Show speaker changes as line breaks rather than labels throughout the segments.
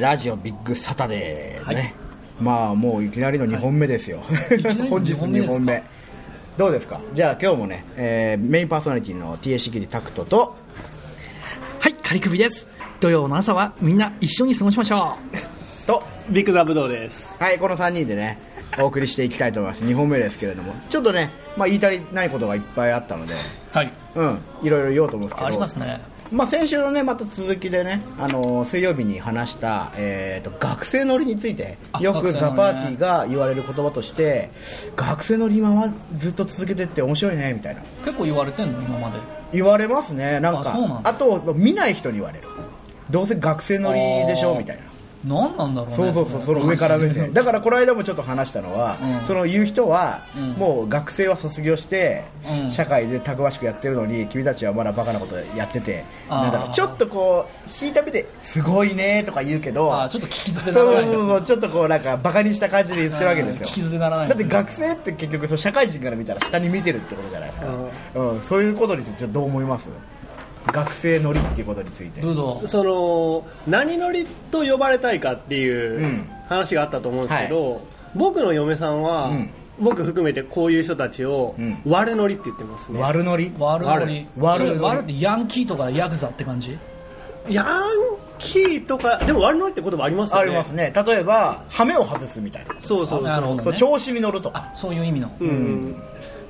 ラジオビッグサタデーね、まあもういきなりの2本目ですよ、
いきなり の
本日
二本目
2
ですか
本目どうですかじゃあ今日もね、えーメインパーソナリティの TAC ギリタクトと
はい、仮首です。土曜の朝はみんな一緒に過ごしましょ
と
ビッグザブドウです。
はいこの3人でねお送りしていきたいと思います2本目ですけれどもちょっとね、まあ、言い足りないことがいっぱいあったので
はい。
うんいろいろ言おうと思うんですけ
う。
ど
ね。
まあ、先週のねまた続きでね、あのー水曜日に話した、えー、と学生乗りについて
あ
よく
学生乗
ザ・
りね
パーティーが言われる言葉として学生乗り今はずっと続けてって面白いねみたいな
結構言われてんの今まで。
言われますねなんか
あそうなんだ
あと見ない人に言われるどうせ学生乗りでしょ
あー
みたいな
何なんだろうね。
そうそうそうその上から目線 だからこの間もちょっと話したのは、
うん
その言う人は、
うん
もう学生は卒業して、
うん
社会でたくましくやってるのに君たちはまだバカなことやってて
あー
なんだろうちょっとこう引いた目ですごいねとか言うけど
あーちょっと聞き捨て
そう
なら
そう
ないです
そう
ね。
ちょっとこうなんかバカにした感じで言ってるわけですよ、
うん聞き捨てならない
だ
で
っ
す
て
ね
学生って結局その社会人から見たら下に見てるってことじゃないですか、うんそういうことについてどう思います学生乗りっていうことについて
ブドウ。
その何乗りと呼ばれたいかっていう
うん
話があったと思うんですけど、僕の嫁さんは、
うん
僕含めてこういう人たちを、
うん
悪乗りって言ってますね。
悪乗り
悪のに。
悪い
それ悪ってヤンキーとかヤクザって感じ
ヤンキーとかでも悪乗りって言葉あります
あ
よね。
りますね例えばハメを外すみたいな
そうそうそう。
なるほどね
そう調子に乗ると
あ、そういう意味の。
うん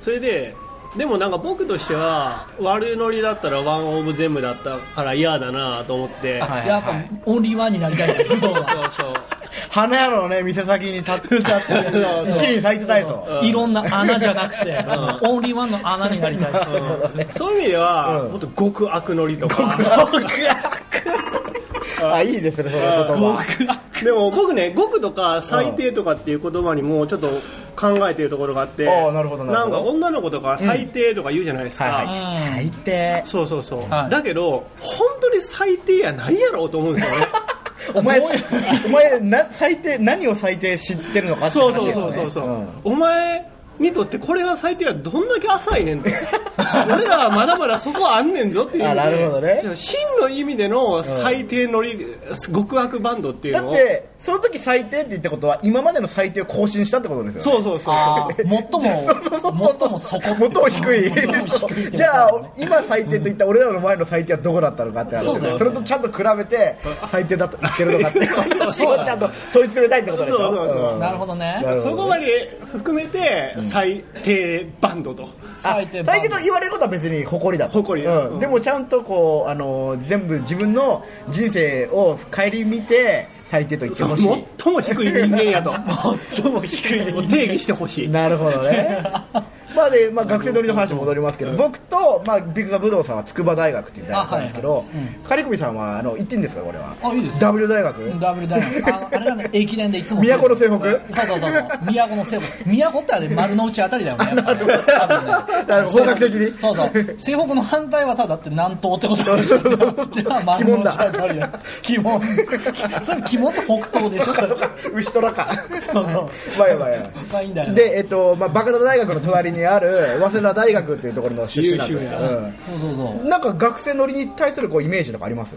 それででもなんか僕としては悪乗りだったらワンオブゼムだったから嫌だなと思って。
あ
はいはい
やっぱオンリーワンになりたいから。ブドウ
そうそ
は
うそう。
花屋のね店先に立 って立って
そうそう
一輪咲いてたいと
いろんな穴じゃなくて、オンリーワンの穴になりたい。
そういう意味では、
うん
もっと極悪乗りとか。
あいいですねその言葉
でも僕ね、極とか最低とかっていう言葉にもちょっと考えてるところがあって、
ああなるほどなるほど
んか女の子とか最低とか言うじゃないですか。
はいはい最低
そうそうそう、
はい
だけど本当に最低やないやろうと思うんですよ ね
お前 お前な最低何を最低知ってるのかって
そ
話
うそう
ですよ
そ
ね
うそうそう、
ん
お前にとってこれが最低はどんだけ浅い ねんと俺らはまだまだそこはあんねんぞっていう意味で
あなるほどね
真の意味での最低乗り、極悪バンドっていう
だ
の
っ
を
てその時最低って言ったことは今までの最低を更新したってことですよね
そうそうそう
あー最も、最もそこ って
元を低い
最も低いってことだね
じゃあ今最低と言った俺らの前の最低はどこだったのかって話
そうだよね
それとちゃんと比べて最低だと言ってるのかって話をちゃんと問い詰めたいってことでしょ
そうそうそ う
うん
なるほどね。
なるほ
そ
ど
こまで含めて最低バンドと、
あ
最低
最低と言われることは別に誇りだと
誇りだ
うん
うん
でもちゃんとこう、あのー全部自分の人生を顧みて最低と言ってほしい
最も低い人間 やと
最も低い
定義してほしい
なるほど ねまあで、まあ、学生取りの話戻りますけど、僕と、まあ、ビッグザブドウさんは筑波大学っていう大学なんですけ
あ
ど
はいはいうん、
カリクミさんはあの言っていいんですか、これは。
あいいです
W 大学、
W 大学あのあれだね駅伝でいつも
都の西北
そうそうそうそう都の西北都ってあれ丸の内あたりだよねやっぱね
なるほど本格的に
そうそう西北の反対はさだって南東ってことでしょ
そうそう
でまあ丸の内あたりだよ鬼門それ鬼門と北東でしょそれ
牛虎か。
そうそう
まあやばいやばい
まあいいんだよね
で、えっと、まあ、バカダ大学の隣にある、早稲田大学っていうところの出身なんです
優
よ。
秀や
そうそうそ
うん
う
なんか学生乗りに対するこうイメージとかあります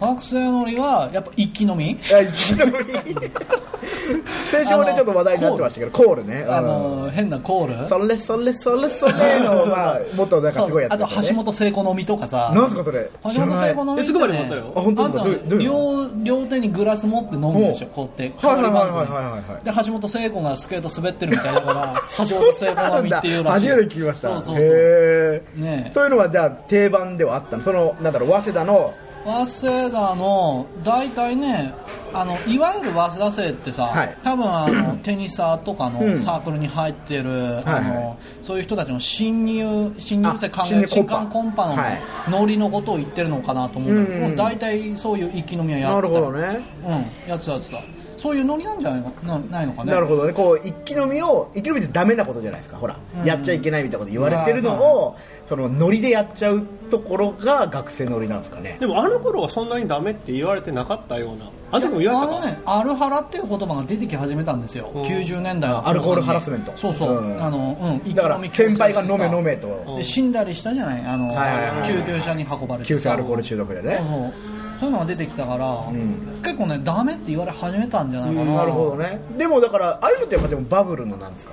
学生乗りはやっぱ一気飲み
いや、一度乗り。 先週もね、ちょっと話題になってましたけど、コールね。
あ
うん
の変なコール
それそれそれそれの、まあ、もっとなんかすごいやつ
あ
だ
と
ったね
橋本聖子飲みとかさ
なんすかそれ
橋本聖子飲みってね
えつくばりもあったよ
あ本当ですか
あ
どうどういう
両両手にグラス持って飲むでしょ
おう
こうやって
はいはいはいはい
代わり番組
はいはい
で橋本聖子がスケート滑ってるみたいだから 橋本聖子飲みっていうらしい
初めて聞きました
そうそうそう
へえ、
ねえ
そういうのはじゃあ定番ではあったのそのなんだろう早稲田の
早稲田の大体ねあのいわゆる早稲田生ってさ、
はい
多分あ のテニサーとか
う
の
ん
サークルに入ってる、
は
あ
い
のそういう人たちの新入新入生
あ
考
新入コ
え
ン
新
パ
刊コンパの
はい
ノリのことを言ってるのかなと思うんだ
う
け
ん
ど、
うん
もう大体そういう一気飲みはや
な
って
る
た
ほどね
うんやつやつだそういうノリなんじゃないのなないのかね
なるほどねこう一気飲みを一気飲みってダメなことじゃないですかほら、
うん
やっちゃいけないみたいなこと言われてるのを、そのノリでやっちゃうところが学生ノリなんですかね
でもあの頃はそんなにダメって言われてなかったようなあの時も言われた
あ
か
のねアルハラっていう言葉が出てき始めたんですよ
うん
90年代は
あアルコールハラスメント
そうそう、
うん
あのうん
だから
一気飲み
先輩が飲め飲め
で
と
うん
死んだりしたじゃないあの、
はいはいはいはい
救急車に運ばれて
急性アルコール中毒でね
そうそういうのが出てきたから、
ん
結構ねダメって言われ始めたんじゃないかな、
なるほどねでもだからああいうのってやっぱでもバブルのなんですか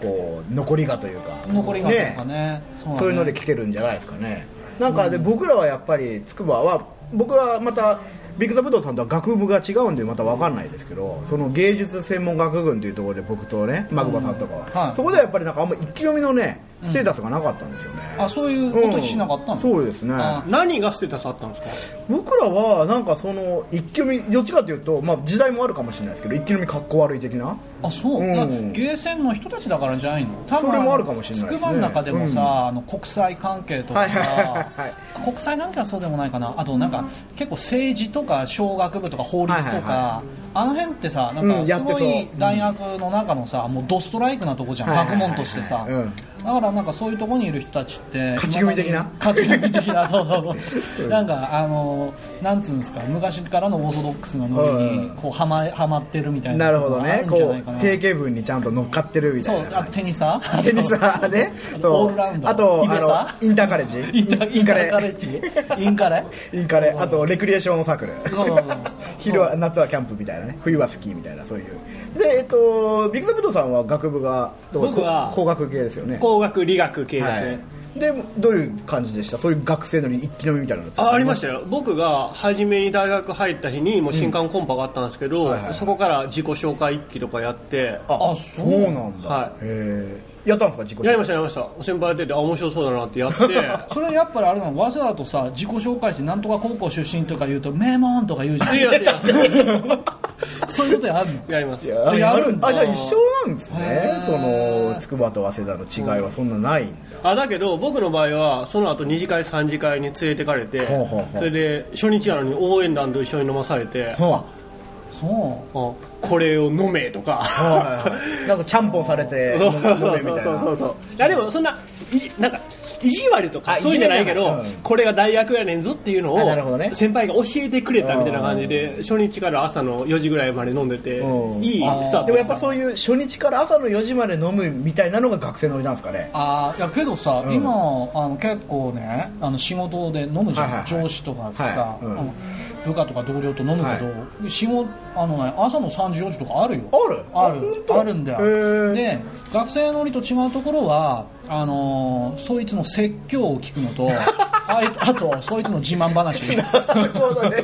こう残りがというか
残りがとかね
そう
だ
いうので来てるんじゃないですかねなんかで僕らはやっぱりつくばは僕はまたビッグザブドウさんとは学部が違うんでまた分かんないですけどその芸術専門学群というところで僕とねマグマさんとか
うん
は、
はい
そこではやっぱりなんかあんま一気読みのねステータスがなかったんですよね、
あそういうことしなかったの、
うんそうですね
あ
何がステータスあったんですか
僕らはなんかその一気読みどっちかというと、まあ、時代もあるかもしれないですけど一気読みかっこ悪い的な
あそう、
うん
だからゲーセンの人たちだからじゃないの
それもあるかもしれないですね
筑波の中でもさ、あの国際関係とかさ、
はいはいはい
国際関係はそうでもないかなあとなんか結構政治とか小学部とか法律とか、
はいはいは
あの辺ってさな
うん
ん
や
か
ってそ
す
う
ごい大学の中のさ、もうドストライクなとこじゃん、
はいはいはいはい
学問としてさ、
うん
だからなんかそういうとこにいる人たちって
勝ち組的な
勝ち組的なそうそうそう、なんかあのなんつうんですか昔からのオーソドックスなノリにこうはまはまってるみたいな
なるほどね、
と
こ
ころがあるんじゃないうか
定
な
型文にちゃんと乗っかってるみた
そ
いな
う、あ
感じ。
テニサー
テニスはね、
オールラウンド。
あと
イベ
あ
サ
のインターカレッジ、
インタインカレッジ インカレ
インカレ、あとレクリエーションサークル
そうそうそう、
昼は夏はキャンプみたいなね、冬はスキーみたいなそういう。で、えっとビッグザブトさんは学部がどう
僕は
工学系ですよね。
工学理学系ですね、
はい。でどういう感じでした？そういう学生の一気飲みみたいなのって
あありましたよ僕が初めに大学入った日にもう新刊コンパがあったんですけど、
うんはいはい
そこから自己紹介一期とかやって
あ
あ
そ
そうう
なんだ。
はい
へえ。やったんですか自己紹介
やりましたやりました先輩やっててあ面白そうだなってやって
ーそれやっぱりあれなの早稲田とさ自己紹介してなんとか高校出身とか言うと名門とか言うじゃ
いやいや
んそういうことやるの
やります
いや
やるんだ
あじゃあ一緒なんです
へ
ね
ー
その筑波と早稲田の違いはそんなないんだ、
あだけど僕の場合はその後二次会三次会に連れてかれて
ほうほうほう
それで初日なのに応援団と一緒に飲まされてあ
は
そ
これを飲めとか
いはいなんかちゃんぽんされて 飲めみたいな
そうそうそうそういやでもそんないじなんか意地悪と
あ
かそういうんじゃないけど
意地悪じゃないうん
これが大学やねんぞっていうの
あなるほど
を
ね
先輩が教えてくれたみたいな感じで初日から朝の4時ぐらいまで飲んでて
うん
いいスター
で
ト
も
で
やっ
した
ぱそういう初日から朝の4時まで飲むみたいなのが学生のりなんですかね
うあーいやけどさ、
ん
今あの結構ねあの仕事で飲むじゃん、
はいはいはい
上司とかさ、
はいうん
あの部下とか同僚と飲むけど、
は
仕事あの、ね、朝の3時4時とかあるよ
ある
あ
あ本
る
当
あるんだ
へー
よで学生のりと違うところはあのーそいつの説教を聞くの とあいあとそいつの自慢話
なるほどね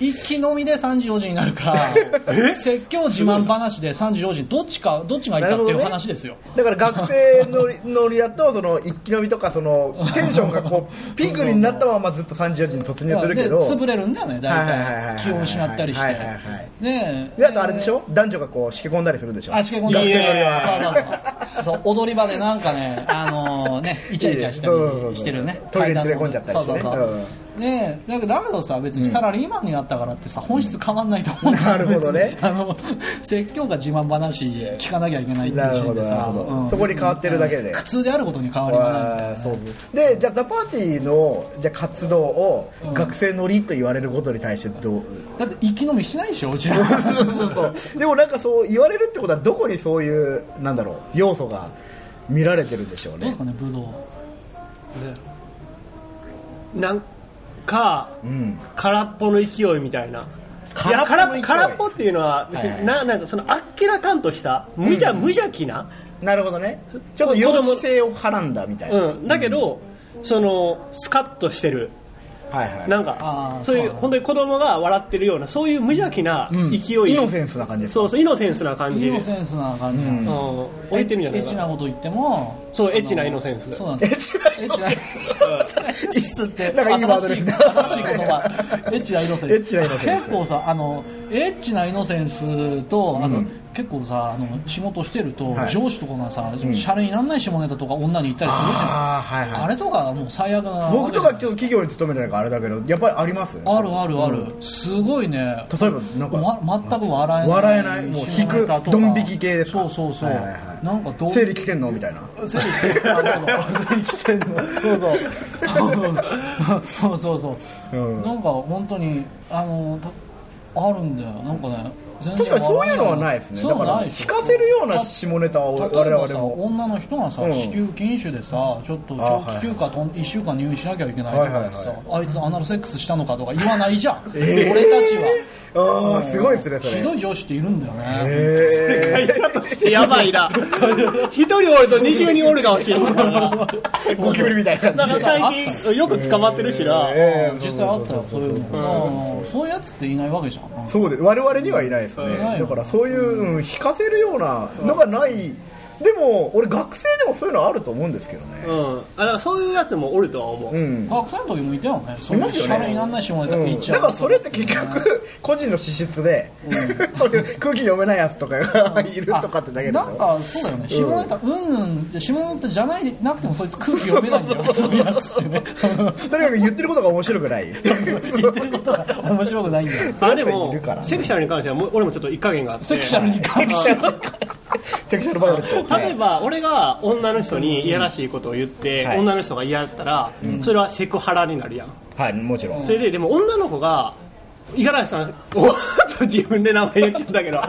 一気飲みで3時4時になるか説教自慢話で3時4時どっちかどっちがいいかっていう話ですよ、
だから学生のりのりだとその一気飲みとかそのテンションがこうピークになったままずっと3時4時に突入するけど
で潰れるんだよね大
はいはいはいはい
体気を失ったりし
は
て
いはいはい
で
であとあれでしょ男女がこうしけ込んだりするでしょ
あしけ込んだ
学
り
生のりは
そうそうそうそう踊り場でなん かねあのねイチャイチャした
そうそうそう
りしてるね
トイレに
階段の
連れ込んじゃったりしてね
そうそうそうねえだけどだけどさ別にサラリーマンになったからってさ本質変わんないと思うんだよ
なるほどね
別にあの説教が自慢話聞かなきゃいけないっていう時点で
なる
さ
ほどなるほど
うん
そこに変わってるだけで
苦痛であることに変わりはないんだよね
でじゃあザ・パーティーのじゃあ活動を学生のりと言われることに対してどう、
だって生き飲みしないでしょうちら
そうそうでもなんかそう言われるってことはどこにそういうなんだろう要素が見られてるんでしょう
どうで
ね
すかねブドウ
なんか
うん
空っぽの勢いみたいな
空っぽ
いや
の勢い
空空っぽっていうのは
は
別
いは
に
い
ななんかそのあっけらかんとした無邪無邪気な
なるほどねちょっと幼稚性をはらんだみたいな、
うんだけどそのスカッとしてる
はいはい
なん
あ
か
ー
そ
そ
ういう
うね
本当に子供が笑ってるようなそういう無邪気な
うん
勢い
イノセンスな感じです
そうそうイノセンスな感じ
イノセンスな感じな
うん
の
うん置いてるんじゃない
エッチ
か
なこと言っても
そう
あの
エッチなイノセンス
そうなん
エ
です
ッチな
エッチなイノセンスって
なんかいいワードですね
新しい新しい言葉エッチなイノセンス
エッチなイノセンス
結構さあのエッチなイノセンスとあの、
うん
結構さあの仕事してると、
はい
上司とかがさ、シャレになんない下ネタとか女に言ったりするじゃんあ,、
ああーはいはい
れとかもう最悪なわ
僕
け
と
じゃ
か
ん
ちょっと企業に勤めてないからあれだけどやっぱりあります
あるあるある、
うん
すごいね
例えばなんか
わ全く笑えない
笑えないもう引くドン引き系ですか
そうそうそう、
はいはいはい
なんかどう
生理危険のみたいな
生理来てんのそうそうそうそうそうそう、
うん
なんか本当にあのたあるんだよなんかね全然
確かにそういうのはないですね
そう
だか
な
ら
いでし
聞
ょ
かせるような下ネタは
例
我
えば
々
さ
も
女の人がさ、
うん
子宮筋腫でさちょっと長期休暇と、1週間入院しなきゃいけないとかってさ、
はいはい
あいつアナルセックスしたのかとか言わないじゃん、
えー
俺たちは
ああすごいですねそれ
ひどい上司っているんだよね、
えー
だとしてやばいな一人おると二十人おるかもしれないな
ゴキブリみたいな
な
感
ん
じ
か
で
最近よく捕まってるしな、
えー
実際あったよそういうの、うんそういうやつっていないわけじゃん、
そうです我々にはいないですね
ない
だからそういう、うん、引かせるようなのがないでも俺学生でもそういうのあると思うんですけどね
うん、あだからそういうやつもおるとは思う、
うん
学生の時もいたよねそう
い
い
ま
う
す
シ
よね
ャレにならない下ネタ
う
言
ん
っちゃ
だ
う、
からそれって結局個人の資質で、そういう空気読めないやつとかがいるとかってだけでしょ
なんかそうだよね下ネタうんぬん下ネタじゃないなくてもそいつ空気読めないん だよそういうやつってね
とにかく言ってることが面白く ない
言ってることが面白くないんだよ
あで
い
も
るからね
セクシャルに関してはもう俺もちょっと一加減があって
セクシャルに関しては
セクシャルバイオレット、
例えば俺が女の人にいやらしいことを言って、
はい
女の人が嫌だったら、それはセクハラになるやん、
はいもちろん
それででも女の子が五十嵐さんおっと自分で名前言っちゃったけど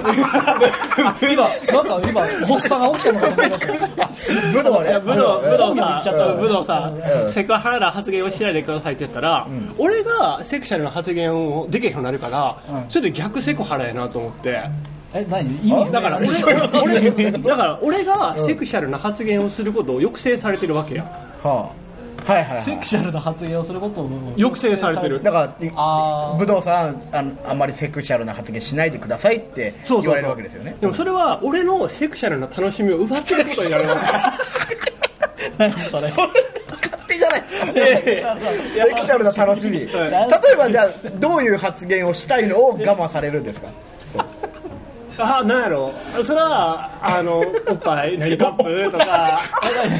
今なんか今発作が起きたのかと思いました
武道
いや
ね
武道武道
言っちゃった
さん、武道さ
うん
ん、セクハラな発言をしないでくださいって言ったら、俺がセクシャルな発言をできるようになるから
う、ん
ちょっと逆セクハラやなと思って、
え何意味
だから俺が俺だから俺がセクシャルな発言をすることを抑制されてるわけや、
はあ、はいはい、はい、
セクシャルな発言をすることを
抑制されてる
だからい
あー
武道さんあのあんまりセクシャルな発言しないでくださいって
そ
言
うそうそう
われるわけですよね
でもそれは俺のセクシャルな楽しみを奪ってることになるわ
何それ
勝手じゃない
けいやいや
セクシャルな楽しみ例えばじゃあどういう発言をしたいのを我慢されるんですか
あなんやろそれはあのおっぱい何カップとか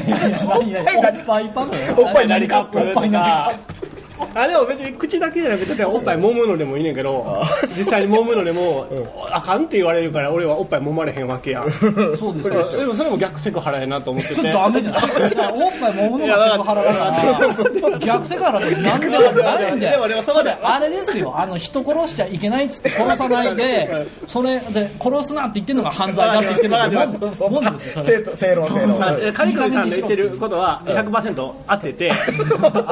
何何おっぱいパブ
おっぱい
何カップ
おっ
と
ぱい何カ
か
ップ
あでも別に口だけじゃなくて例えばおっぱい揉むのでもいいねんけ ど実際に揉むのでも、あかんって言われるから俺はおっぱい揉まれへんわけや
そうです
で
よ
もでもそれも逆セクハラやなと思ってて
それダメじゃん。おっぱい揉むのがセクハラだから。逆セクハラってなんでないんだ
でもで
よ。
もそ
それ
こで
あれですよ。あの人殺しちゃいけないっつって殺さないで、それで殺すなって言ってるのが犯罪だって言ってるの
わか
と思うんですよ。それ
正当正論正論
まあカリコリさんの言ってることは100%合って て、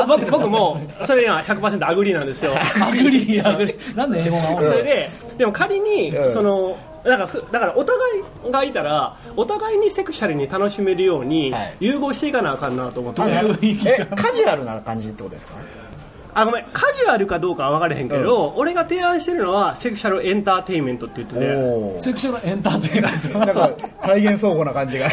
僕僕もそれには100%アグリなんですよ。
アグリーアグリーなんで英語が多い
そ
の
れで、でも仮に
うん、
その、だからふだからお互いがいたらお互いにセクシャルに楽しめるように
はい
融合していかなあかんなと思って、
えカジュアルな感じってことですか
あごめんカジュアルかどうかは分からへんけど、俺が提案してるのはセクシャルエンターテインメントって言ってて
おー
セクシャルエンターテインメント。
なんか体現相互な感じが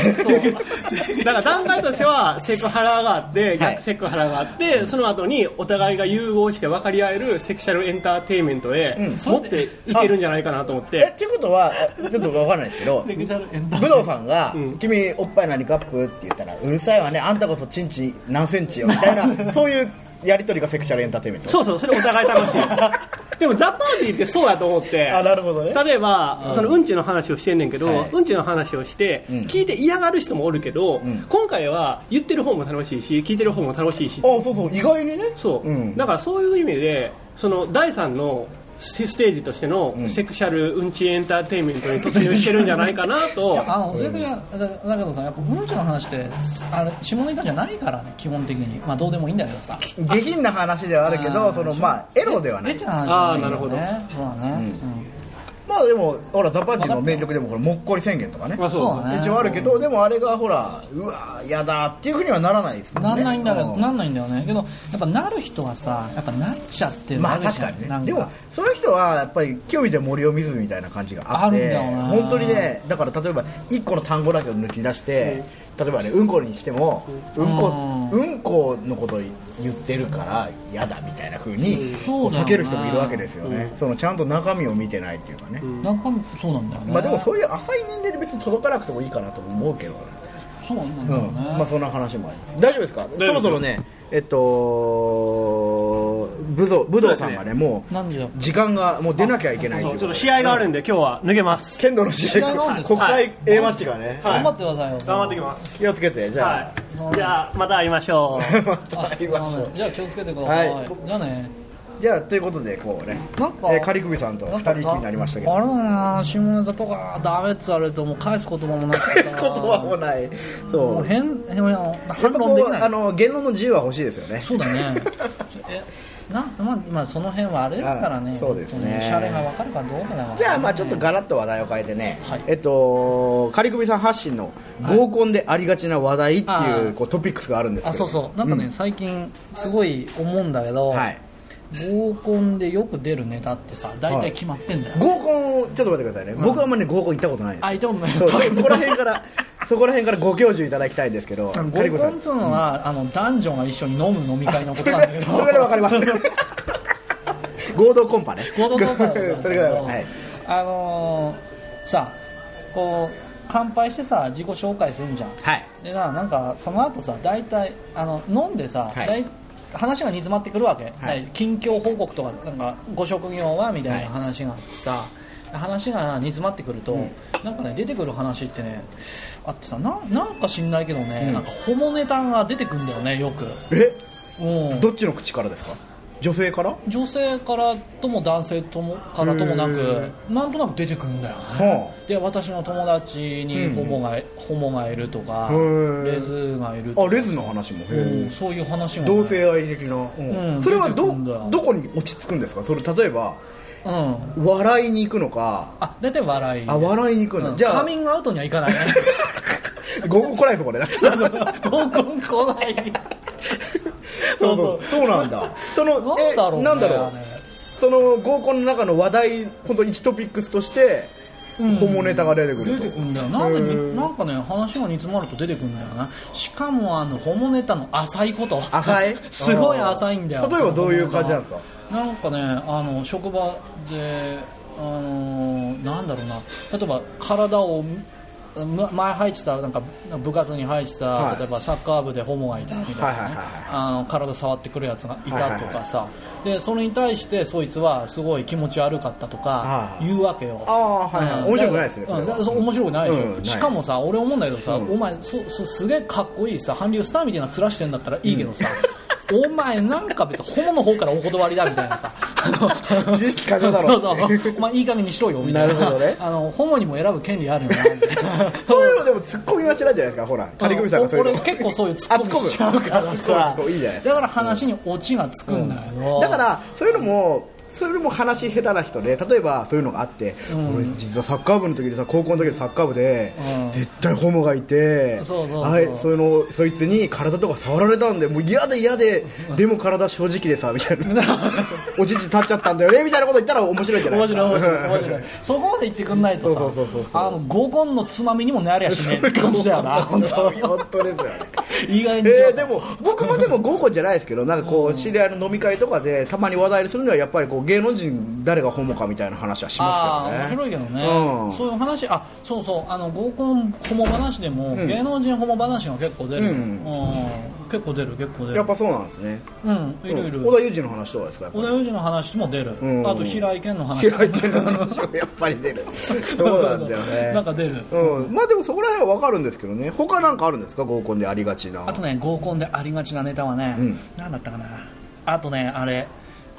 だから段階としてはセクハラがあって逆セクハラがあって、その後にお互いが融合して分かり合えるセクシャルエンターテインメントへ持っていけるんじゃないかなと思っ
え
て、
っていうことはちょっと分かんないですけど
セクシャルエンターテ
武
インメント。
道さんが
ん
「君おっぱい何カップ?」って言ったら「うるさいわねあんたこそチンチン何センチよ」みたいなそういうやり取りがセクシャルエンターテインメント
そうそうそれお互い楽 しいでもザ・パーティーってそうやと思って
あなるほどね
例えば、そのうんちの話をしてんねんけど、
はい
うんちの話をして、
ん
聞いて嫌がる人もおるけど、
ん
今回は言ってる方も楽しいし聞いてる方も楽しいし
あそうそう意外にね
そう、
ん
だからそういう意味でその第3のステージとしてのセクシャルうんちエンターテインメントに突入してるんじゃないかなと
あのそれからだだけどさやっぱうんちの話ってあれ下ネタじゃないからね基本的にまあどうでもいいんだけどさ
下品な話ではあるけどそのまあエロではな
エッ
い
チな話じゃないんだよ
あー
ねそうだねうん
まあでもほらザ・パーティーの名曲でもこれもっこり宣言とかね
まあ
そうだね
一応あるけどでもあれがほらうわやだっていうふうにはならないですもね
なんないんだけど、
う
なんないんだよねけどやっぱなる人はさやっぱなっちゃってる
まあ
わけ
確
じゃ
か
ん
に
な
ね
ん
でもその人はやっぱり興味で森を見ずみたいな感じがあって
あるんだよね
本当にねだから例えば1個の単語だけを抜き出して例えばねうんこにしてもうんこ
う
うんこのことを言ってるから嫌だみたいなふうに
そうだ
避
よね
ける人もいるわけですよねそのちゃんと中身を見てないっていうかね
なんかそうなんだよね、
まあでもそういう浅い人間に別に届かなくてもいいかなと思うけどね
そうなん
う
だよ
ん
ね、
まあそんな話もあります大丈夫ですか
夫
そろそろねえっと武道武道さんがねもう
何時だ
時間がもう出なきゃいけない
そ
というう
ちょっと試合があるんで今日は抜けます
剣道の試合
試合があるんですか
国際 A マッチがね、
はい
頑張ってくださいよ
頑張ってきます
気をつけてじゃ
は
あ、
いじゃあまた会いましょう
また会いましょう
あじゃあ気をつけてください、
はい
じゃあね
じゃあということでこうね
なんか
えー、カリクビさんと二人きりになりましたけ
あれ
ど
だな下ネタとかダメって言われるともう返す言葉もなくて
言 葉もないそう
もう変変
やっ
反
ぱ
論で
こ
き
う
ない
あの言論の自由は欲しいですよね
そうだねえなまあ、まあ、その辺はあれですからね
あそうですね
本当にシャレが分かるかどうかだから
じゃあまあちょっとガラッと話題を変えてね、
はい
えっとカリクビさん発信の合コンでありがちな話題って
はいいう
こうトピックスがあるんですけ
あ
ど
そうそうなんかね、
うん
最近すごい思うんだけど、
はい
合コンでよく出るネタってさ大体決まってんだよ、
合コンをちょっと待ってくださいね、僕はあんまり、ね、合コン行ったことないです
あいたことない
そうそこら辺からそこら辺からご教授いただきたいんですけど
あの
カリコ
合コ
さ
ンっ
ん
つうのは、あの男女が一緒に飲む飲み会のこ
そ
と
れ
な
ぐら
んだけ
いそ
ど
れぐらいわかります合同コンパね
合同コンパだと思うんだけど
それぐらいははい
あのーさこう乾杯してさ自己紹介するんじゃん
はい
でななんかその後さ大体あの飲んでさ、
はい
大話が煮詰まってくるわけ、
はい
近況報告とかなんかご職業はみたいな話があってさ、話が煮詰まってくると、なんかね出てくる話ってねあってさなんなんか知んないけどね、
うん
なんかホモネタが出てくるんだよねよく、
え
うん、
どっちの口からですか女性から
女性からとも男性ともからともな
へ
くなんとなく出てくるんだよね
は
で私の友達に
うん
ホモが,、ホモがいるとか
へー
レズがいると
あ
か
レズの話もへ
う
え
んそういう話がね、
同性愛的な、うん
うん
それは
出て
ど
くんだよ
どこに落ち着くんですかそれ例えば
うん
笑いに行くのか
あ大体笑い
あ笑いに行くんだ、
うん
じゃ
カ
あ
ミングアウトにはいかな いね
合コン来ないです これだったら
合コン来ない
そうそうそうなんだその
なんだろう
え
ね
なんだろ
あ
う
れ
その合コンの中の話題本当1トピックスとして
うん
ホモネタが出てくる
出
と、
てくんだよなんで
へー
みなんかね話が煮詰まると出てくんだよなしかもあのホモネタの浅いこと
浅い
すごい浅いんだよ
あー例えばどういう感じなんですか
なんかねあの職場であのーなんだろうな例えば体をむ前入ってたなんか部活に入ってた、
はい
例えばサッカー部でホモがいたみたい
はいはい
な
はい
ね
はい
あの体触ってくるやつがいたとかさ、でそれに対してそいつはすごい気持ち悪かったとか
はい
言うわけよ
あーはいはい
うん
面白くないですね
だか
それは
らうんだからそう面白くないでしょ、
うんない
しかもさ俺思うんだけどさ、
うん
お前そそすげえかっこいいさ韓流スターみたいな面してんだったらいいけどさ、お前なんか別にホモの方からお断りだみたいなさ
自意識過剰だろ
そうそうお前いい加減にしろよみたいな
なるほどね
あのホモにも選ぶ権利あるよなみたい な
そういうのでも突っ込みはしないじゃないですかほらカリクミさんがそういうの
俺結構そういうツッコミしちゃうか ら
あ
さ
突っ込むいいじゃないですか
だから話にオチがつくんだけど、
だからそういうのもそれも話下手な人で例えばそういうのがあって、
うん
俺実はサッカー部の時でさ高校の時のサッカー部で、
うん
絶対ホモがいて
そうそうそう
あいそのそいつに体とか触られたんでもう嫌で嫌ででも体正直でさみたい なお乳立っちゃったんだよねみたいなこと言ったら面白い じゃない
面
ですか
白い面白いそこまで言ってくんないとさ
そうそうそうそう
あの合コンのつまみにもなりゃしねえって感じだ よな本当
本当ですよね
意外にしよ
え
う
ーでも僕もでも合コンじゃないですけどなんかこう知り合いの飲み会とかでたまに話題にするにはやっぱりこう芸能人誰がホモかみたいな話はします
あ
けどね
あー面白いけどね、
うん
そういう話あそうそうあの合コンホモ話でも、
ん
芸能人ホモ話が結構出る、
う
うんん結構出る結構出る
やっぱそうなんですね
うんいるいる、
小田裕二の話とかですかやっぱ
小田裕二の話も出る、
うん
あと平井堅の話
平井堅の 話もやっぱり出るそうなんだよね
なんか出る、
うん、まあでもそこら辺は分かるんですけどね他なんかあるんですか合コンでありがちな
あとね合コンでありがちなネタはね、
うん
なんだったかなあとねあれ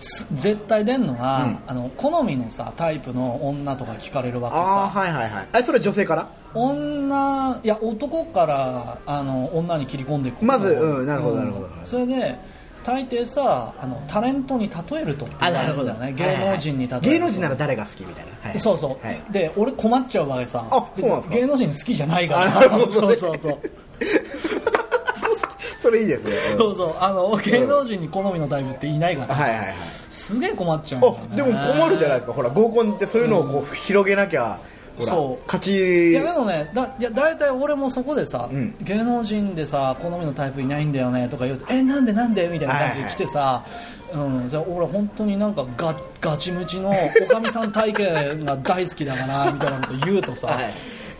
す絶対出んのが、
うん
あの好みのさタイプの女とか聞かれるわけ
ああ
さ
はいはいはいあそれ女性から
女いや男からあの女に切り込んでいく
まずうんなるほどなるほど
それで大抵さあのタレントに例えるとって言われんだよね芸能人に例えると
芸能人なら誰が好きみたいな、はい
そうそう、
はい
で俺困っちゃうわけさ
あそうなんですか
別に芸能人好きじゃないか
あ
ら
なるほどね
そうそうそう
それいいですね、うん
そうそうあの芸能人に好みのタイプっていないから、
はいはいはい
すげえ困っちゃうんだよ
あ
ね
でも困るじゃないですかほら合コンってそういうのをこう広げなきゃ、ほら
そう
勝
い
ち
やでもねだいや大体俺もそこでさ、
うん
芸能人でさ好みのタイプいないんだよねとか言うとえなんでなんでみたいな感じで来てさ、うん、じゃあ俺本当になんかガガチムチのおかみさん体型が大好きだからみたいなこと言うとさ、
はい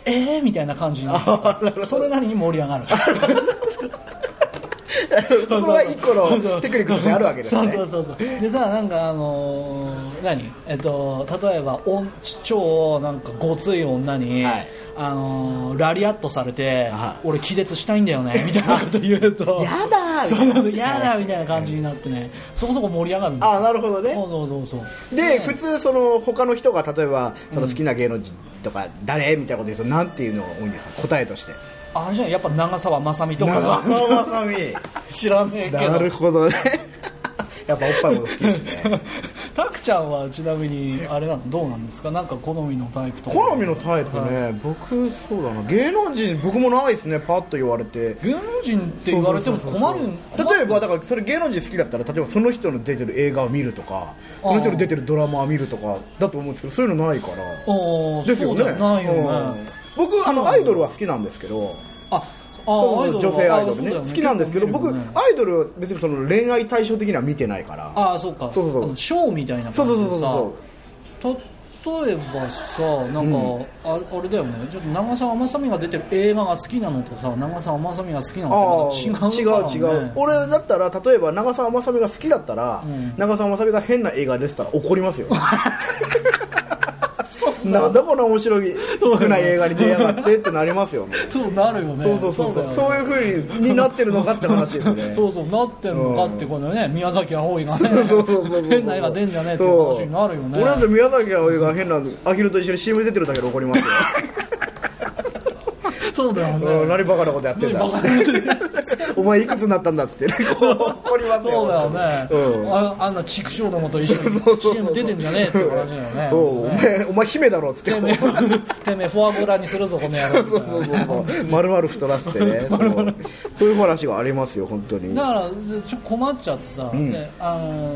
えーみたいな感じになってさそれなりに盛り上がる
そこは一個のテクニックとしてあるわけですね
そうそうそうそうでさなんかあのー何えっと例えば音超なんかごつい女に、
はい
あのーラリアットされて、
はい
俺気絶したいんだ よねみたいなこと言うと
やだー
そうそうそうやだみたいな感じになってねそこそこ盛り上がるんですよ
あなるほどね
そうそうそうそう
で普通その他の人が例えばその好きな芸能人とか誰みたいなこと言うとなんていうのが多いんですか答えとして
あれじゃないやっぱ長澤まさみとか
長
が
澤まさみ
知らねえけど
なるほ どねやっぱおっぱいも大きいしね
タクちゃんはちなみにあれなのどうなんですかなんか好みのタイプとか
好みのタイプね、僕そうだな芸能人僕もないですねパッと言われて
芸能人って言われても困る困る
例えばだからそれ芸能人好きだったら例えばその人の出てる映画を見るとかその人の出てるドラマを見るとかだと思うんですけどそういうのないから
ああ
です
そ
よ
う
ね
だよないよ
うん
ね
僕あのアイドルは好きなんですけど
あ
そう
あ
そう女性アイドルね
あそうだよ
好きなんですけど
結構
僕
見るよね
アイドルは別にその恋愛対象的には見てないから
ああそうか
そうそうそう
あのショーみたいな
そ
感
う
じ
そう
で
そ
さ
うそうそ
例えばさなんか、
うん
ああれだよねちょっと長澤まさみが出てる映画が好きなのとさ長澤まさみが好きなのとまた
あ
違
違
うから、ね、
う違う俺だったら例えば長澤まさみが好きだったら、
うん
長澤まさみが変な映画出てたら怒り ますよなんだこの面白くない映画に出やがってってなりますよね
そうなるよね
そうそうそうそうそう
だよね
いうふうになってるのかって話ですね
そうそうなってんのかってこのね、宮崎あおいがね
そうそうそうそう
変な映画出んじゃねえっていう話になるよ
そう
ね
俺だって宮崎あおいが変なアヒルと一緒に CM 出てるだけで怒りますよ
そうだよね
うん何バカなことやってんだ
何バカなことや
お前いくつになったんだっつって ね怒りますよ
そうだよね、
うん
ああんな畜生どもと一緒に
そうそうそう
CM 出てんじゃねえっていう話だよね
そうお
ね
前お前姫だろっつって
てめえ てめえフォアグラにするぞこの野郎みたいな
そうそうそう丸々太らせて ねそうそういう話がありますよ本当に
だからちょ困っちゃってさ、
ん
であの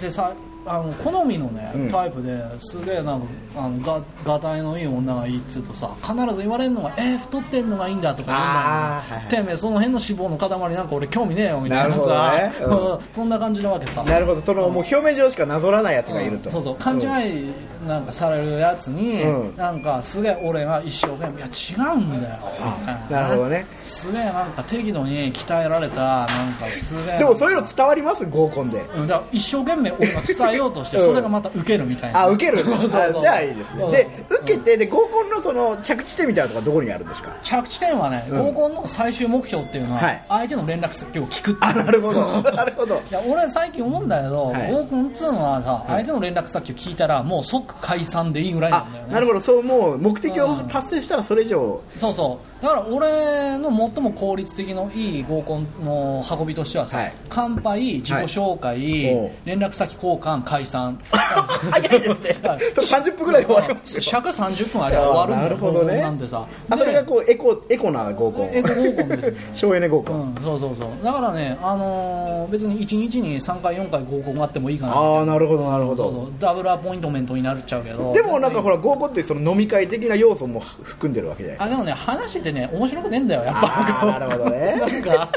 でさあの好みのね、
ん
タイプですげえなんかあのががたいのいい女がいいっつうとさ必ず言われるのが「えー、太ってんのがいいんだ」とか言うんだ
あーはい
よ
はい
てめえその辺の脂肪の塊なんか俺興味ねえよみたいなさ
なるほどね
うん そんな感じなわけさ
なるほどそのもう表面上しかなぞらないやつがいると
そうそう勘違
い
いなんかされるやつに、
うん
なんかすげえ俺が一生懸命いや違うんだよ
あなるほどね
すげえなんか適度に鍛えられたなんかすげえ
でもそういうの伝わります合コンで
うんだから一生懸命俺が伝えようとして
うん
それがまた受けるみたいな
あ受ける
そうそうそう
あじゃあいいです
そ
ね
う
で
そう
受けてで合コンのその着地点みたいなとこはどこにあるんですか
着地点はね
ん
合コンの最終目標っていうのは
はい
相手の連絡先を聞くって
あ
いう
なるほどなるほど
いや俺最近思うんだけど、
はい
合コンっつうのはさ相手の連絡先を聞いたらもう即解散でいいぐらいな
あ
んだよね
なるほどそうもう目的を達成したらそれ以 上
そうそうだから俺の最も効率的のいい合コンの運びとしてはさ、
はい
乾杯自己紹介、
いおう
連絡先交換 解散
早いですね それ30分ぐらいで終わりますよ
尺30分あれば終わるんだ
あー
よ
なるほどね
合コンなんてさ
あそれが
で
こうエコエコな合コン
エコ合コンですよね
省エネ合コ
う
ン、
ん、そうそうそうだからね、あのー別に1日に3回4回合コンがあってもいいかな
ああなるほどなるほ
そ
ど
うそうダブルアポイントメントになっちゃうけど
でもなんかほら合コンってその飲み会的な要素も含んでるわけじゃない
あでもね話しててね面白くねえんだよやっ
あ
ぱ
ーなるほどね
な んか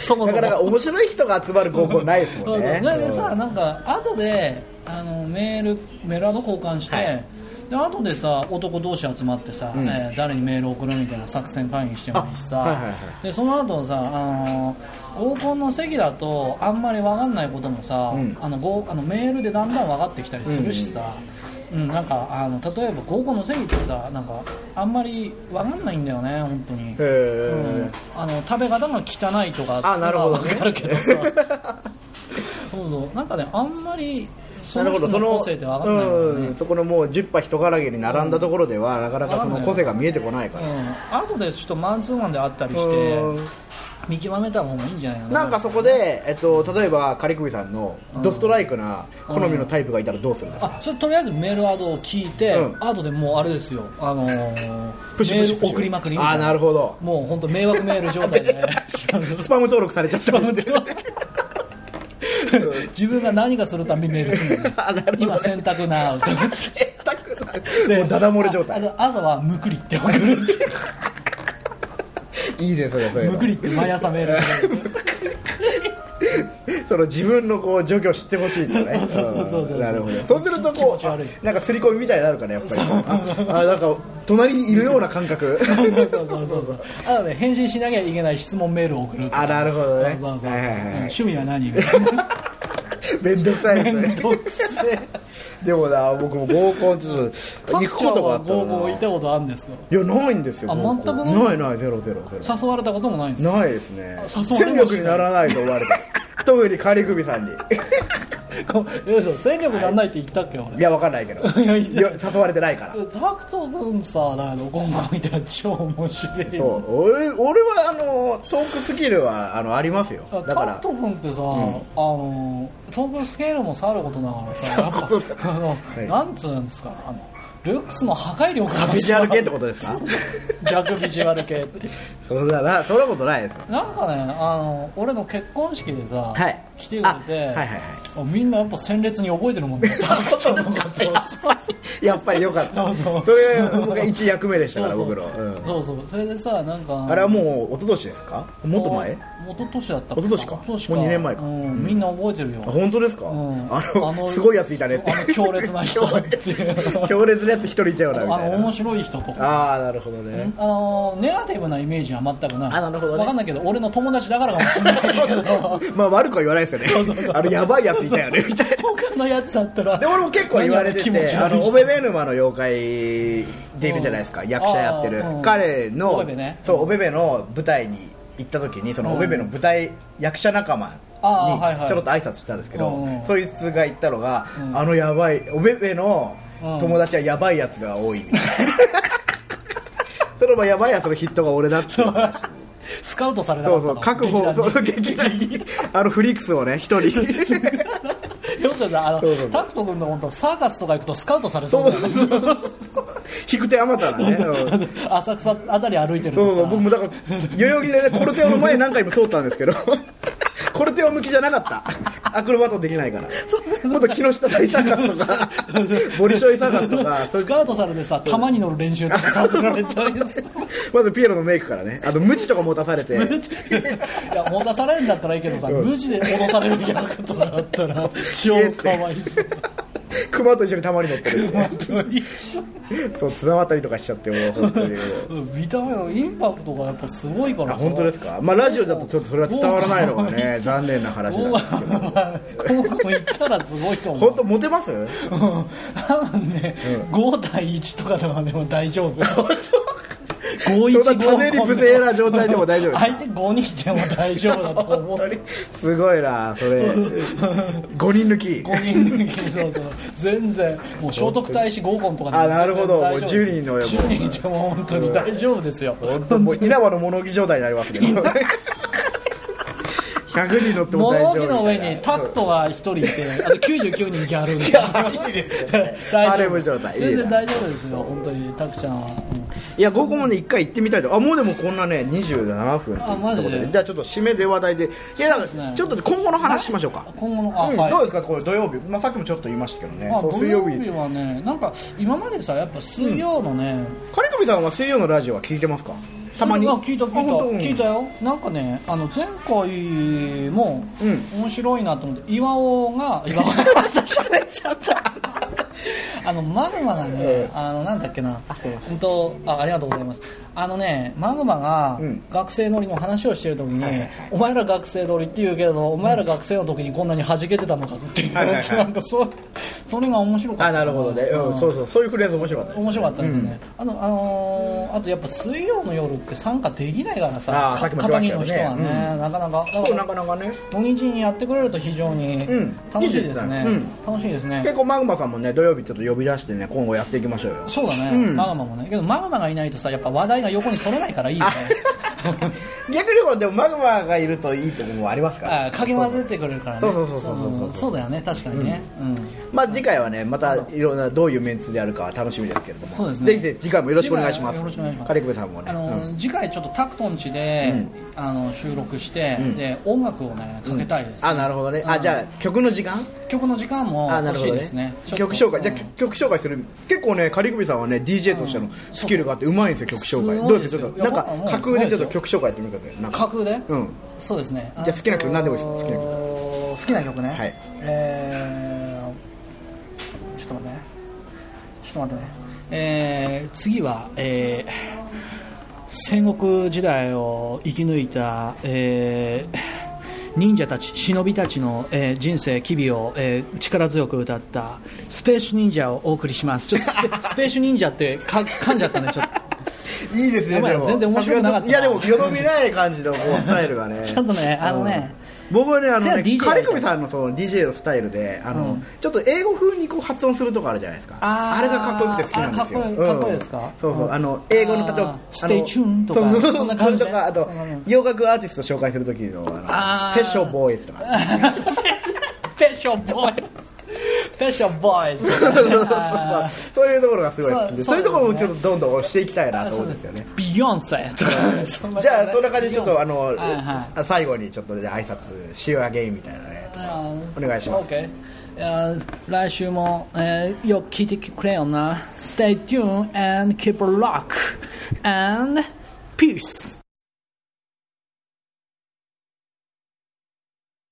そも
な
そ
かな
も
か面白い人が集まる合コンないです
そ
も
うん
ね
だで
う
さ
ん
なんか後であのメールメールアド交換して、
はい
で後でさ男同士集まってさ、
ん
えー誰にメール送るみたいな作戦会議してもいいしさ、
あはいはいはい
でその後さあの合コンの席だとあんまり分かんないこともさ、
うん
あの合あのメールでだんだん分かってきたりするしさ、うんなんかあの例えば合コンの席ってさなんかあんまり分かんないんだよね本当に、
へ
う
え
ん、あの食べ方が汚いとか
あなるほどね
それはわかるけ どさそうそうなんかねあんまりそ
なる
の
ほど
人
そ
の
の
個性って分かんないもんね
うんそこのもう10羽人からげに並んだところでは、なかなかその個性が見えてこないから、
うん、後でちょっとマンツーマンで会ったりして
うん
見極めた方がいいんじゃないかな
なんかそこで、えっと、例えば仮首さんのドストライクな好みのタイプがいたらどうするんですか、
あそれとりあえずメールアドを聞いて、
うん
後でもうあれですよあのー
プシュ
メ
プシ
ー
ュプシュ
ル送りまくりみ
あ
た
あ
い
なるほ ど
もう本当迷惑メール状 態でね
スパム登録されちゃったりして
自分が何かするたびメールするのね
あなるほどね
今洗濯なとか
もうダダ漏れ状態
ああと朝はむくりって送るって
いいですねそういう
む
の
くりって毎朝メールする
その自分のこう状況を知ってほしいとね
そうそうそうそう
うんなるほどそうするとこ
気持ち悪いう
あなんか刷り込みみたいになるからやっぱりああなんか隣にいるような感覚
そうそうそうそうあのね返信しなきゃいけない質問メールを送るとか
あなるほどね
そうそうそう
はいはいはい
うん趣味は何みたいな
めんどくさいで
め
すね
んどくせえ
でもな僕も合コンちょっと行くこ
タクちゃ
と
ん
があ
は
ったら
合
な
コン行ったことあるんですか
いやないんですよ
あ
合コン
全くない
ないないゼロゼロゼロ
誘われたこともないんですか
ないですね
誘われ
戦
もし
力
ない
にならないと思われた特に仮首さんに
こうよいしょ戦力になんないって言ったっけ俺
いや分かんないけど
いやいや
よ誘われてないから
タクト君さだけど合コン行ったら超面白い
そ
よ
う俺俺はあのトークスキルはあのありますよだか
タ
ら
クト君ってさ、あの東京スケールもさることながらさやっぱ
そうそう
あの、
い
なんつうんですかあのルックスの破壊力が
ビジュアル系ってことですか
逆ビジュアル系って
そうだなそんなことないですよ
なんかねあの俺の結婚式でさ、
はい
来てくれて、
あはいはい
みんなやっぱ鮮烈に覚えてるもんね タクトのことを
やっぱりよかった
そうそう
それが僕が一役目でしたから
そう
僕のうん
そうそうそれでさなんか
あれはもう一昨年ですかもっと前
お一昨年だった
一昨年か
一昨年
もう二年前か
うんみんな覚えてるよ
あ本当ですか、
うん
あのすごいやついたねっ
そうあの
て
強烈 な人っていう
強烈なやつ一人いたよな
あ
み
の
たい
面
な
白い人とか
ああなるほどね
あのネガティブなイメージは全くない
あなるほどね
分かんないけど俺の友達だからかもしれ ないけど
まあ悪くは言わないですよねあのやばいやついたよねみたいな
他のやつだったら
で俺も結構言われて
何あの
て
気持ち
あ
悪い
の
人
オベベ沼の妖怪でいるじゃないですか
うん
役者やってる
あーうん
彼
オ
の
ベベね
そうオベベの舞台に行った時にその
うん
オベベの舞台役者仲間に
あーはいはい
ちょろっと挨拶したんですけど
うん
そいつが言ったのが
うん
あのやばいオベベの友達はやばいやつが多いみたいな それもやばいやつのヒットが俺だっていう話
スカウトされた
そうそう確保そうそう
劇
劇
団
団
に
にあのフリックスをね 一人
よくさあの
そうそうそう
タクト君の本当サーカスとか行くとスカウトされそう
そう
だよね
引く手あまたな ねうん
浅草あたり歩いてる
そうそう
と
そう僕も
さ
だから代々木でねコルテオの前何回も通ったんですけ どコルテオ向きじゃなかったアクロバートできないからもっと木下大サーカスと か森翔サーカスとかそうい
ス
う
カウトされてさ玉に乗る練習とかさせられたり する
まずピエロのメイクからねあと無知とか持たされて
いや持たされるんだったらいいけどさ無事で脅される役とかだったら超かわいそう
熊と一緒に玉に乗ってる
本当に
そう綱渡りとかしちゃってもう本当にもう
うん見た目のインパクトがやっぱすごいか
あ
らさ
本当ですか、まあ、ラジオだとちょっとそれは伝わらないのがね残念な話 なん
今
で
後
すけど
行ったらすごいと思う
本当モテます
うん多分ね、5対1とかではでも大 丈夫515
そんな風に不正な状態でも大丈夫ですか
相手5人でも大丈夫だと
本
思う
当にすごいなそれ5人抜き
5人抜きそうそう全然もう聖徳太子合コンとか
あなるほど
全然大丈夫です
もう10人の
10人でも本当に大丈夫ですよ
本当もう稲葉の物置状態になりますね100人乗っても大
物
丈夫
置の上にタクトが1人いてあと99人ギャルみたいな
ハーレム
大丈
状
夫
態いいな
全然大丈夫ですよ本当にタクちゃんは、うん
いや合コンもね一回行ってみたいとあもうでもこんなね27分
あマジで
ということじゃあちょっと締めで話題でいやだ
そう
か
ですね
らちょっと今後の話しましょうか
今後のあ、
うん
はい
どうですかこれ土曜日、まあ、さっきもちょっと言いましたけどね
あ
そう
土
水曜
曜
日
日はねなんか今までさやっぱ水曜のね、
カリコミさんは水曜のラジオは聞いてますかたまに
あ聞いた聞いた
あ本当うん
聞いたよなんかねあの前回も
う
面白いなと思って岩尾 が岩尾喋っちゃった あのマグマがねあのなんだっけなうんとあありがとうございますあのねマグマが
うん
学生乗りの話をしてる時に、
はいはいはい
お前ら学生乗りって言うけれどお前ら学生の時にこんなに弾けてたのかっていう、
はいはいはい
なんかそうそれが面白かった
あなるほどね、うん
ん
そうそうそういうフレーズ面白かったです
面白かったですね、あのあのーあとやっぱ水曜の夜って参加できないからさ
あーさっきも言
片
って
桐
ま
の
し
人
たよ
は
ね
ね、なかなかだ
そう
か
な
ら
かなかね
土日にやってくれると非常に
うん
楽しいですね、
いいですね
楽しいですね
結構マグマさんもね土曜日ちょっと呼び出してね今後やっていきましょうよ
そうだね、
うん
マグマもねけどマグマがいないとさやっぱ話題が横にそれないからいいよね
逆にほらでもマグマがいるといいところもありますから
あーかき混ぜてくれるからね
そうそうそうそうそうそう
うんそうだよね確かにね、うん
まあ次回はねまたいろんなどういうメンツでやるかは楽しみですけれども
そうですね
ぜひぜひ次回もよろしくお願いします
次回はよろしくお願いします
カリコミさんもね
あの
うん
次回ちょっとタクトン家で、あの収録して、
ん
で音楽をねかけたいです、
あなるほどねあじゃあ曲の時間
曲の時間も
あなる
欲し
ほ
い
ど
ですね
ね。
ちょっと
曲紹介じゃあ
うん
曲紹介する結構ねカリコミさんはね DJ としてのスキルがあってうまいんですよ曲紹
す
介
ご
ど
いうで
ですす
よ
かなんか
いや僕はもう
架空でちょっと曲紹介やってみてくださいなん
架
か
空で、
うん
そうですね。
じゃあ好きな曲何でもいいです
あ
好
のー
きな
好きな曲ね。
はい
えーちょっと待ってね。ちょっと待ってね。えー次は、えー戦国時代を生き抜いた、えー忍者たち、忍びたちの、えー人生、機微を、えー力強く歌ったスペーシュ忍者をお送りします。ちょっとスペスペーシュ忍者ってか噛んじゃったね、ちょっ と。
いいですね
やばい
でも
全然面白くなかった
いやでもよどみない感じのこうスタイルがね
ちゃんとねあのね
うん僕はね、あの
じゃあ
ね、
DJ
カレコミさんのその DJ のスタイルで、あの、
うん
ちょっと英語風にこう発音するとこあるじゃないですか。
あー
れがかっこよくて好きなんですよ。
あかっこいいかっこいいですか
うんそうそうう、
ん
あの、英語の例えば、
あー
あの
Stay tuned とか
そうそうそう
そんな感じ
それとか、あと
そんなの、
洋楽アーティスト紹介するときの、あの、
あー
ペッションボーイズとか。
ペッションボーイズ。ペッションボーイ ズ。
そうそうそうそういうところがすごい好きで、そう
そそうですね
いうところもちょっとどんどん押していきたいなと思うんですよね。
ビヨンセとか。そんな感
じゃあそんな感じでちょっとあの、
はいはい
あ最後にちょっとじゃあ挨拶しようやげみたいなねとかお願いします
OK いや来週も、えーよく聞いてくれよな Stay tuned and keep a rock and peace